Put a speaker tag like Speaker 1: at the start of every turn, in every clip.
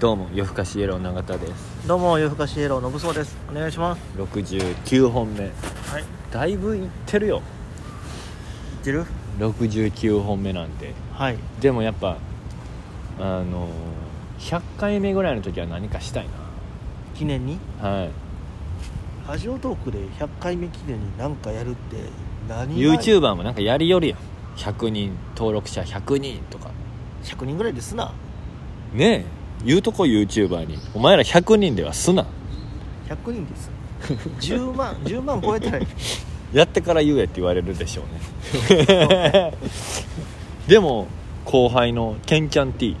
Speaker 1: どうも夜更かしイエロー永田です
Speaker 2: どうも夜更かしイエローのぶそうですお願いします
Speaker 1: 69本目
Speaker 2: はい
Speaker 1: だいぶいってるよ
Speaker 2: 言ってる
Speaker 1: 69本目なんて
Speaker 2: はい
Speaker 1: でもやっぱあのー、100回目ぐらいの時は何かしたい
Speaker 2: 記念に
Speaker 1: なはい
Speaker 2: ラジオトークで100回目記念に何かやるって何が
Speaker 1: YouTuber もなんかやりよるやん100人登録者100人とか
Speaker 2: 100人ぐらいですな
Speaker 1: ねえ言うとこ YouTuber にお前ら100人ではすな
Speaker 2: 100人 です10万10万超えたら
Speaker 1: やってから言えって言われるでしょうね でも後輩のケンちゃん T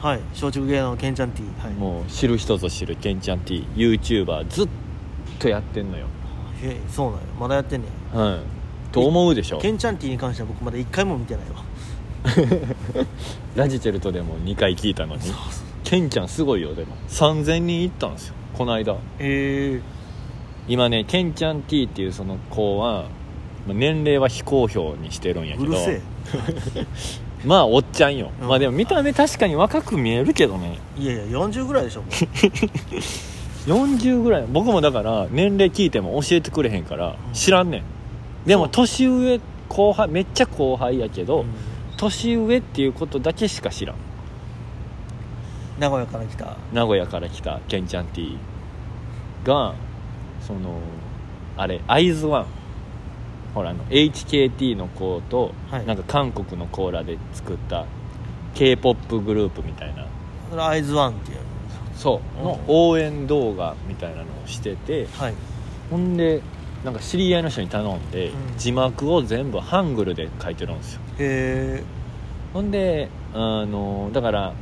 Speaker 2: はい松竹芸能のケンちゃん T はい
Speaker 1: もう知る人ぞ知るケンちゃん TYouTuber ずっとやってんのよ、
Speaker 2: へえそうなんよまだやってんねん
Speaker 1: はい、と思うでしょ
Speaker 2: ケンちゃん T に関しては僕まだ1回も見てないわ
Speaker 1: ラジチェルトでも2回聞いたのにケンちゃんすごいよでも3000人いったんですよこの間
Speaker 2: へえ
Speaker 1: 今ねケンちゃん T っていうその子はまあ年齢は非公表にしてるんや
Speaker 2: う
Speaker 1: け
Speaker 2: る
Speaker 1: ど
Speaker 2: せえ
Speaker 1: まあおっちゃんよ、
Speaker 2: うん
Speaker 1: まあでも見た目確かに若く見えるけどね
Speaker 2: いやいや40ぐらいでしょも う
Speaker 1: 40ぐらい僕もだから年齢聞いても教えてくれへんから
Speaker 2: うん
Speaker 1: 知らんねんで
Speaker 2: そ
Speaker 1: も
Speaker 2: う
Speaker 1: 年上後輩めっちゃ後輩やけど、
Speaker 2: うん
Speaker 1: 年上っていうことだけしか知らん
Speaker 2: 名古屋から来た
Speaker 1: 名古屋から来たケンちゃん T がそのあれ会津ワンほらあの HKT の子と、
Speaker 2: はい
Speaker 1: なんか韓国のコーラで作った k p o p グループみたいな
Speaker 2: それアイズワンっていう
Speaker 1: そう
Speaker 2: うん
Speaker 1: の応援動画みたいなのをしてて
Speaker 2: はい
Speaker 1: ほんでなんか知り合いの人に頼んで、
Speaker 2: うん
Speaker 1: 字幕を全部ハングルで書いてるんですよ
Speaker 2: へえ
Speaker 1: ほんであのだから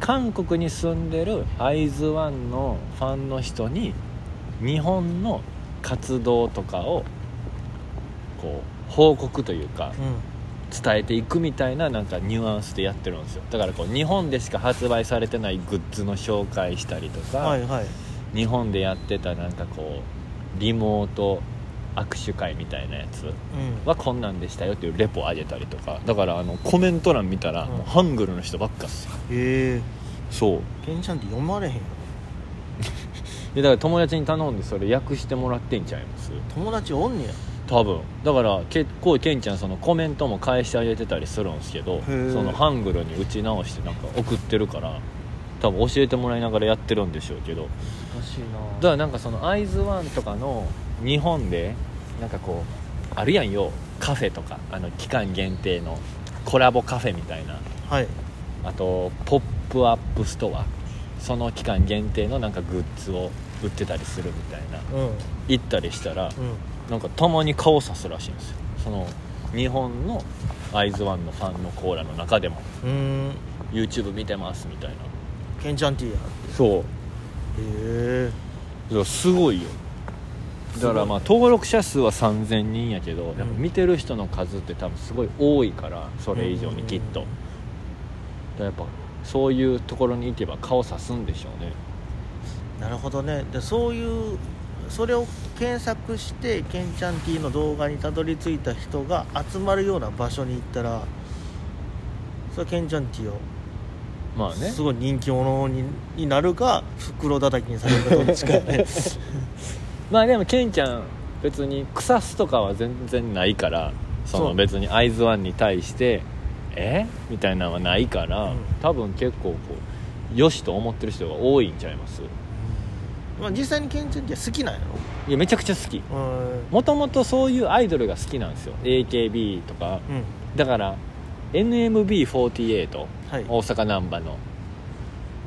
Speaker 1: 韓国に住んでる会津ワンのファンの人に日本の活動とかをこう報告というか
Speaker 2: うん
Speaker 1: 伝えていくみたいななんかニュアンスでやってるんですよだからこう日本でしか発売されてないグッズの紹介したりとか、
Speaker 2: はいはい
Speaker 1: 日本でやってたなんかこうリモート握手会みたいなやつ
Speaker 2: うん
Speaker 1: はこんなんでしたよっていうレポあげたりとかだからあのコメント欄見たら
Speaker 2: うん
Speaker 1: もうハングルの人ばっかっすよ
Speaker 2: へえ
Speaker 1: そう
Speaker 2: ケンちゃんって読まれへんよ
Speaker 1: でだから友達に頼んでそれ訳してもらってんちゃいます
Speaker 2: 友達おんねやへ
Speaker 1: 多分だから結構ケンちゃんそのコメントも返してあげてたりするんですけど
Speaker 2: ー
Speaker 1: そのハングルに打ち直してなんか送ってるから多分教えてもらいながらやってるんでしょうけど
Speaker 2: おかしいな
Speaker 1: だからなんかそのアイズワンとかの日本でなんかこうあるやんよカフェとかあの期間限定のコラボカフェみたいな
Speaker 2: はい
Speaker 1: あとポップアップストアその期間限定のなんかグッズを売ってたりするみたいな
Speaker 2: うんうん
Speaker 1: 行ったりしたらなんかたまに顔さすらしいんですよその日本のアイズワンのファンのコーラの中でも
Speaker 2: うーん
Speaker 1: YouTube 見てますみたいな
Speaker 2: ケンちゃん T やへ
Speaker 1: そう
Speaker 2: え
Speaker 1: いやすごいよだからまあ登録者数は3000人やけど、やっぱ見てる人の数って多分すごい多いからそれ以上にきっと、
Speaker 2: う
Speaker 1: だ
Speaker 2: ん
Speaker 1: からやっぱそういうところに行けば顔さすんでしょうね
Speaker 2: なるほどねでそういうそれを検索してケンちゃん T の動画にたどり着いた人が集まるような場所に行ったらそれはケンちゃん T を
Speaker 1: まあね
Speaker 2: すごい人気者にになるか袋叩きにされるかどっちかや ね
Speaker 1: まあでもケンちゃん別に腐すとかは全然ないからそ
Speaker 2: そ
Speaker 1: の
Speaker 2: う
Speaker 1: 別にアイズワンに対してえみたいなのはないから、
Speaker 2: うん
Speaker 1: 多分結構こうよしと思ってる人が多いんちゃいます
Speaker 2: まあ実際にケンちゃん T は好きなんや
Speaker 1: いやめちゃくちゃ好き
Speaker 2: ろうん
Speaker 1: もともとそういうアイドルが好きなんですよ AKB とか
Speaker 2: うん
Speaker 1: だから NMB48
Speaker 2: はい
Speaker 1: 大阪難波の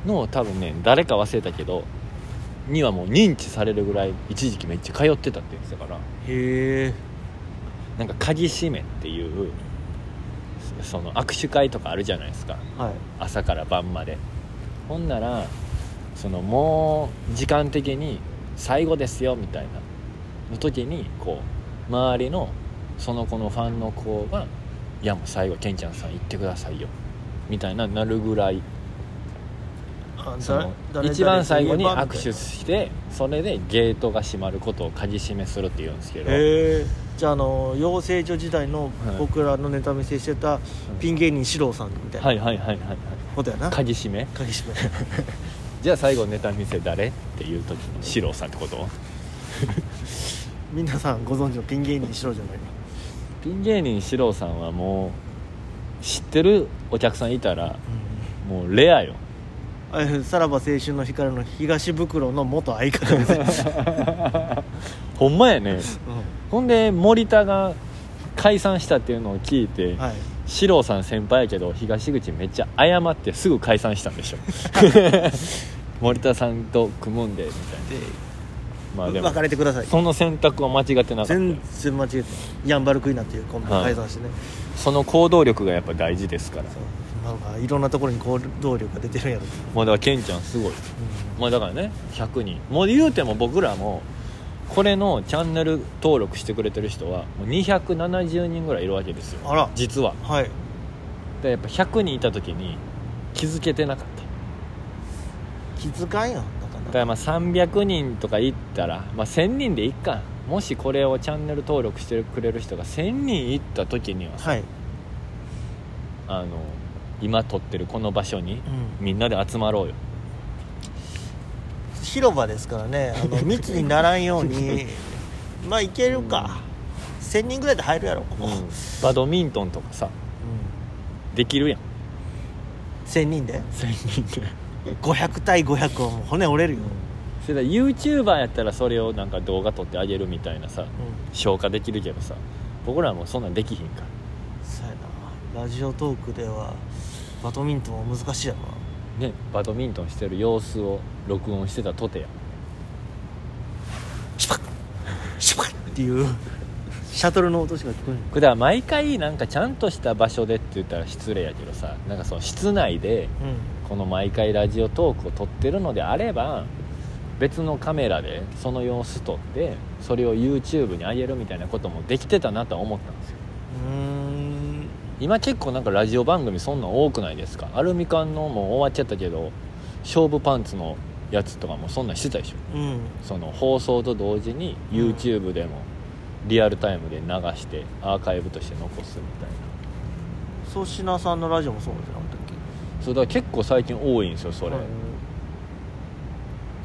Speaker 1: の多分ね誰か忘れたけどにはもう認知されるぐらい一時期めっちゃ通ってたって言ってたから
Speaker 2: へえ
Speaker 1: なんか鍵閉めっていうそその握手会とかあるじゃないですか
Speaker 2: はい
Speaker 1: 朝から晩までほんならそのもう時間的に最後ですよみたいなの時にこう周りのその子のファンの子が「いやもう最後ケンちゃんさん行ってくださいよ」みたいななるぐらい
Speaker 2: あ
Speaker 1: その
Speaker 2: だ
Speaker 1: 一番最後に
Speaker 2: 誰々
Speaker 1: 握手してそれでゲートが閉まることを鍵閉めするっていうんですけど
Speaker 2: へえじゃああの養成所時代の
Speaker 1: はい
Speaker 2: 僕らのネタ見せしてたピン芸人四郎さんみたい
Speaker 1: は
Speaker 2: ない
Speaker 1: はいはいはいはい
Speaker 2: ことやな、
Speaker 1: 鍵閉め
Speaker 2: 鍵閉め
Speaker 1: じゃあ最後ネタ見せ誰っていう時のシローさんってこと
Speaker 2: 皆さんご存知のピン芸人しろじゃないの
Speaker 1: ピン芸人シローさんはもう知ってるお客さんいたらもうレアよ
Speaker 2: あれさらば青春の光の東袋の元相方です、
Speaker 1: ほんまや ね
Speaker 2: う
Speaker 1: ほんで森田が解散したっていうのを聞いて、
Speaker 2: ん、はい
Speaker 1: 四郎さん先輩やけど東口めっちゃ謝ってすぐ解散したんでし ょ森田さんと組むんでみたいな
Speaker 2: で
Speaker 1: まあでも
Speaker 2: 別れてください
Speaker 1: その選択は間違ってなかったよ
Speaker 2: 全然間違えてないヤンバルクイナっていうコンビ
Speaker 1: はい
Speaker 2: 解散してね、
Speaker 1: その行動力がやっぱ大事ですから
Speaker 2: そうなんかいろんなところに行動力が出てるんやろう
Speaker 1: まあだからケンちゃんすごい
Speaker 2: ん
Speaker 1: まあだからね100人もう言うても僕らもこれのチャンネル登録してくれてる人はもう270人ぐらいいるわけですよ
Speaker 2: あら
Speaker 1: 実は
Speaker 2: はい
Speaker 1: でやっぱ100人いた時に気づけてなかった
Speaker 2: 気遣いやんだか
Speaker 1: だかららまあ300人とかいったら、まあ、1000人でいっかもしこれをチャンネル登録してくれる人が1000人いった時にはさ
Speaker 2: はい、
Speaker 1: あの今撮ってるこの場所に
Speaker 2: うん、
Speaker 1: みんなで集まろうよ
Speaker 2: 広場ですからねあ の密にならんように まあいけるか、1000人ぐらいで入るやろここ、
Speaker 1: う
Speaker 2: うん
Speaker 1: んバドミントンとかさできるやん
Speaker 2: 1000人で
Speaker 1: 1000人 で
Speaker 2: 500対500はもう骨折れるよ、
Speaker 1: それだ YouTuber やったらそれをなんか動画撮ってあげるみたいなさ
Speaker 2: うん
Speaker 1: 消化できるけどさ僕らはもうそんなんできひんから
Speaker 2: そうやなラジオトークではバドミントンは難しいやろな
Speaker 1: ねバドミントンしてる様子を録音してたとてや
Speaker 2: シュパッシュパッっていう シャトルの音しか聞こえない
Speaker 1: これだから毎回なんかちゃんとした場所でって言ったら失礼やけどさなんかその室内で
Speaker 2: う
Speaker 1: この毎回ラジオトークを撮ってるのであれば別のカメラでその様子撮ってそれを YouTube に上げるみたいなこともできてたなとは思ったんですよ
Speaker 2: んう
Speaker 1: 今結構なんかラジオ番組そんなん多くないですかアルミ缶のもう終わっちゃったけど勝負パンツのやつとかもそんなんしてたでしょ
Speaker 2: ーんうん
Speaker 1: その放送と同時に YouTube でもリアルタイムで流してアーカイブとして残すみたいな
Speaker 2: 粗品さんのラジオもそうじゃなかったっ
Speaker 1: そうだから結構最近多いんですよそ
Speaker 2: け
Speaker 1: れ、
Speaker 2: うん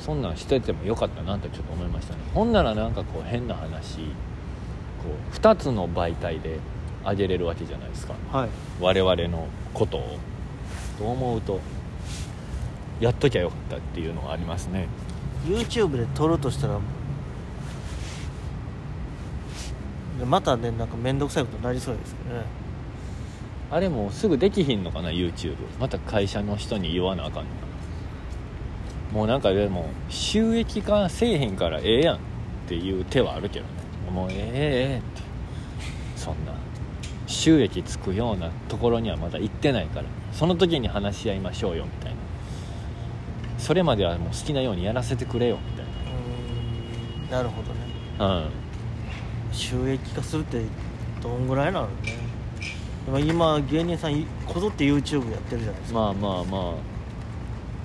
Speaker 1: そんなんしててもよかったなってちょっと思いましたねほんならなんかこう変な話こう2つの媒体で上げれるわけじゃないですか
Speaker 2: はい
Speaker 1: 我々のことをと思うとやっときゃよかったっていうのがありますね
Speaker 2: YouTube で撮るとしたらでまたねなんか面倒くさいことになりそうですけどね
Speaker 1: あれもうすぐできひんのかな YouTube また会社の人に言わなあかんのかなもうなんかでも収益化せえへんからええやんっていう手はあるけどねもうええええってそんな収益つくようなところにはまだ行ってないからその時に話し合いましょうよみたいなそれまではもう好きなようにやらせてくれよみたいう
Speaker 2: ーんなるほどね
Speaker 1: なうん
Speaker 2: 収益化するってどんぐらいなのねでも今芸人さんいこぞって YouTube やってるじゃないですか
Speaker 1: まあまあまあ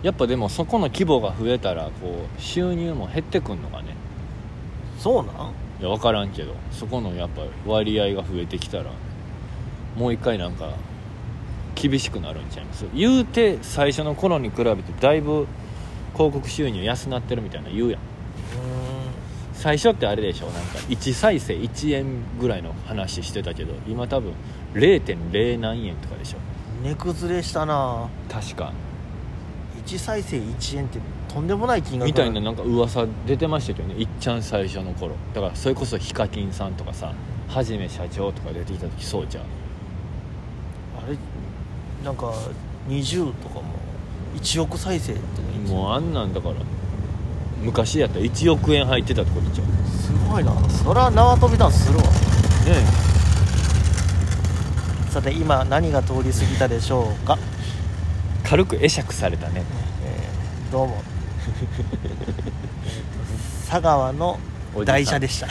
Speaker 1: やっぱでもそこの規模が増えたらこう収入も減ってくんのかね
Speaker 2: そうなん
Speaker 1: いや分からんけどそこのやっぱ割合が増えてきたらもう一回なんか厳しくなるんちゃいます言うて最初の頃に比べてだいぶ広告収入安なってるみたいな言うやん
Speaker 2: う
Speaker 1: 最初ってあれでしょなんか1再生1円ぐらいの話してたけど今多分0.0何円とかでしょ
Speaker 2: ーん値崩れしたな
Speaker 1: 確か
Speaker 2: 1再生1円ってとんでもない金額
Speaker 1: みたいななんか噂出てましたけどねいっちゃん最初の頃だからそれこそヒカキンさんとかさはじめ社長とか出てきた時そうじゃん
Speaker 2: あれなんか20とかも1億再生って
Speaker 1: もうあんなんだから昔やったら1億円入ってたってことじゃんね
Speaker 2: すごいなそら縄跳びダンスするわさて今何が通り過ぎたでしょうか、
Speaker 1: 軽く会釈されたね
Speaker 2: えーど うも佐川の
Speaker 1: おじさん
Speaker 2: 台車でした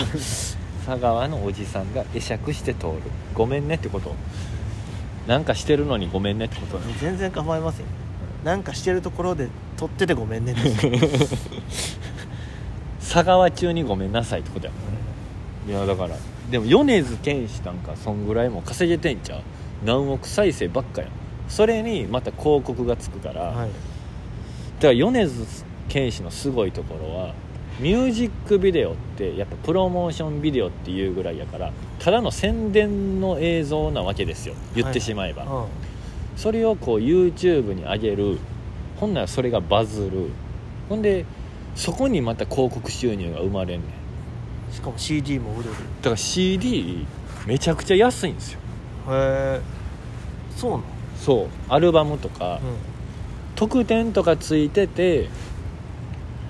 Speaker 1: 佐川のおじさんが会釈して通るごめんねってことなんかしてるのにごめんねってことね
Speaker 2: 全然構いませんよなんかしてるところで撮っててごめ んねです
Speaker 1: 佐川中にごめんなさいってことやもんねいやだからでも米津玄師なんかそんぐらいも稼げてんちゃう何億再生ばっかやんそれにまた広告がつくから、
Speaker 2: はい
Speaker 1: だから米津玄師のすごいところはミュージックビデオってやっぱプロモーションビデオっていうぐらいやからただの宣伝の映像なわけですよ言ってしまえば、
Speaker 2: うん
Speaker 1: それをこう YouTube に上げるほんならそれがバズるほんでそこにまた広告収入が生まれんねん
Speaker 2: しかも CD も売れる
Speaker 1: だから CD めちゃくちゃ安いんですよ
Speaker 2: へえそうなの
Speaker 1: そうアルバムとか、特典とかついてて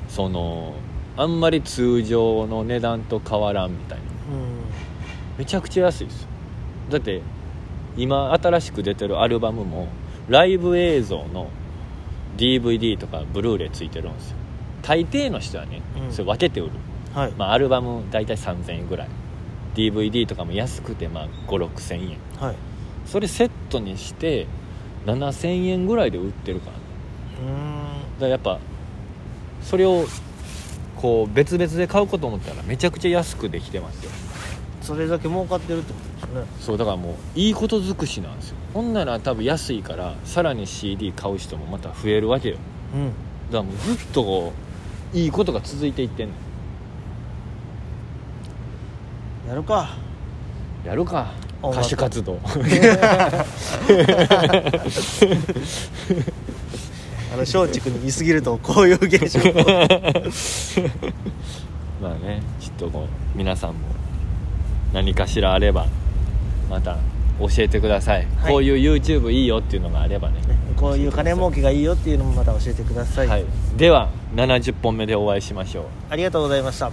Speaker 1: そのあんまり通常の値段と変わらんみたいな
Speaker 2: うん、うん、
Speaker 1: めちゃくちゃ安いですよだって今新しく出てるアルバムもライブ映像の DVD とかブルーレイついてるんですよ大抵の人はね、
Speaker 2: うん
Speaker 1: それ分けて売る、
Speaker 2: はい、
Speaker 1: まあ、アルバム大体3000円ぐらい DVD とかも安くてまあ56000円
Speaker 2: はい
Speaker 1: それセットにして7000円ぐらいで売ってるからねだ
Speaker 2: うーん
Speaker 1: からやっぱそれをこう別々で買うこと思ったらめちゃくちゃ安くできてますよ
Speaker 2: それだけ儲かってるってことですね
Speaker 1: そうだからもういいこと尽くしなんですよほんなら多分安いからさらに CD 買う人もまた増えるわけよ
Speaker 2: うん
Speaker 1: だからもうずっとこういいことが続いていってんの
Speaker 2: やるか
Speaker 1: やるか
Speaker 2: あ
Speaker 1: 歌手活動
Speaker 2: あの松竹に言い過ぎるとこういう現象
Speaker 1: まあねちょっとこう皆さんも何かしらあればまた教えてください、
Speaker 2: はい
Speaker 1: こういう YouTube いいよっていうのがあればね
Speaker 2: こういう金儲けがいいよっていうのもまた教えてください、
Speaker 1: はい、では70本目でお会いしましょう
Speaker 2: ありがとうございました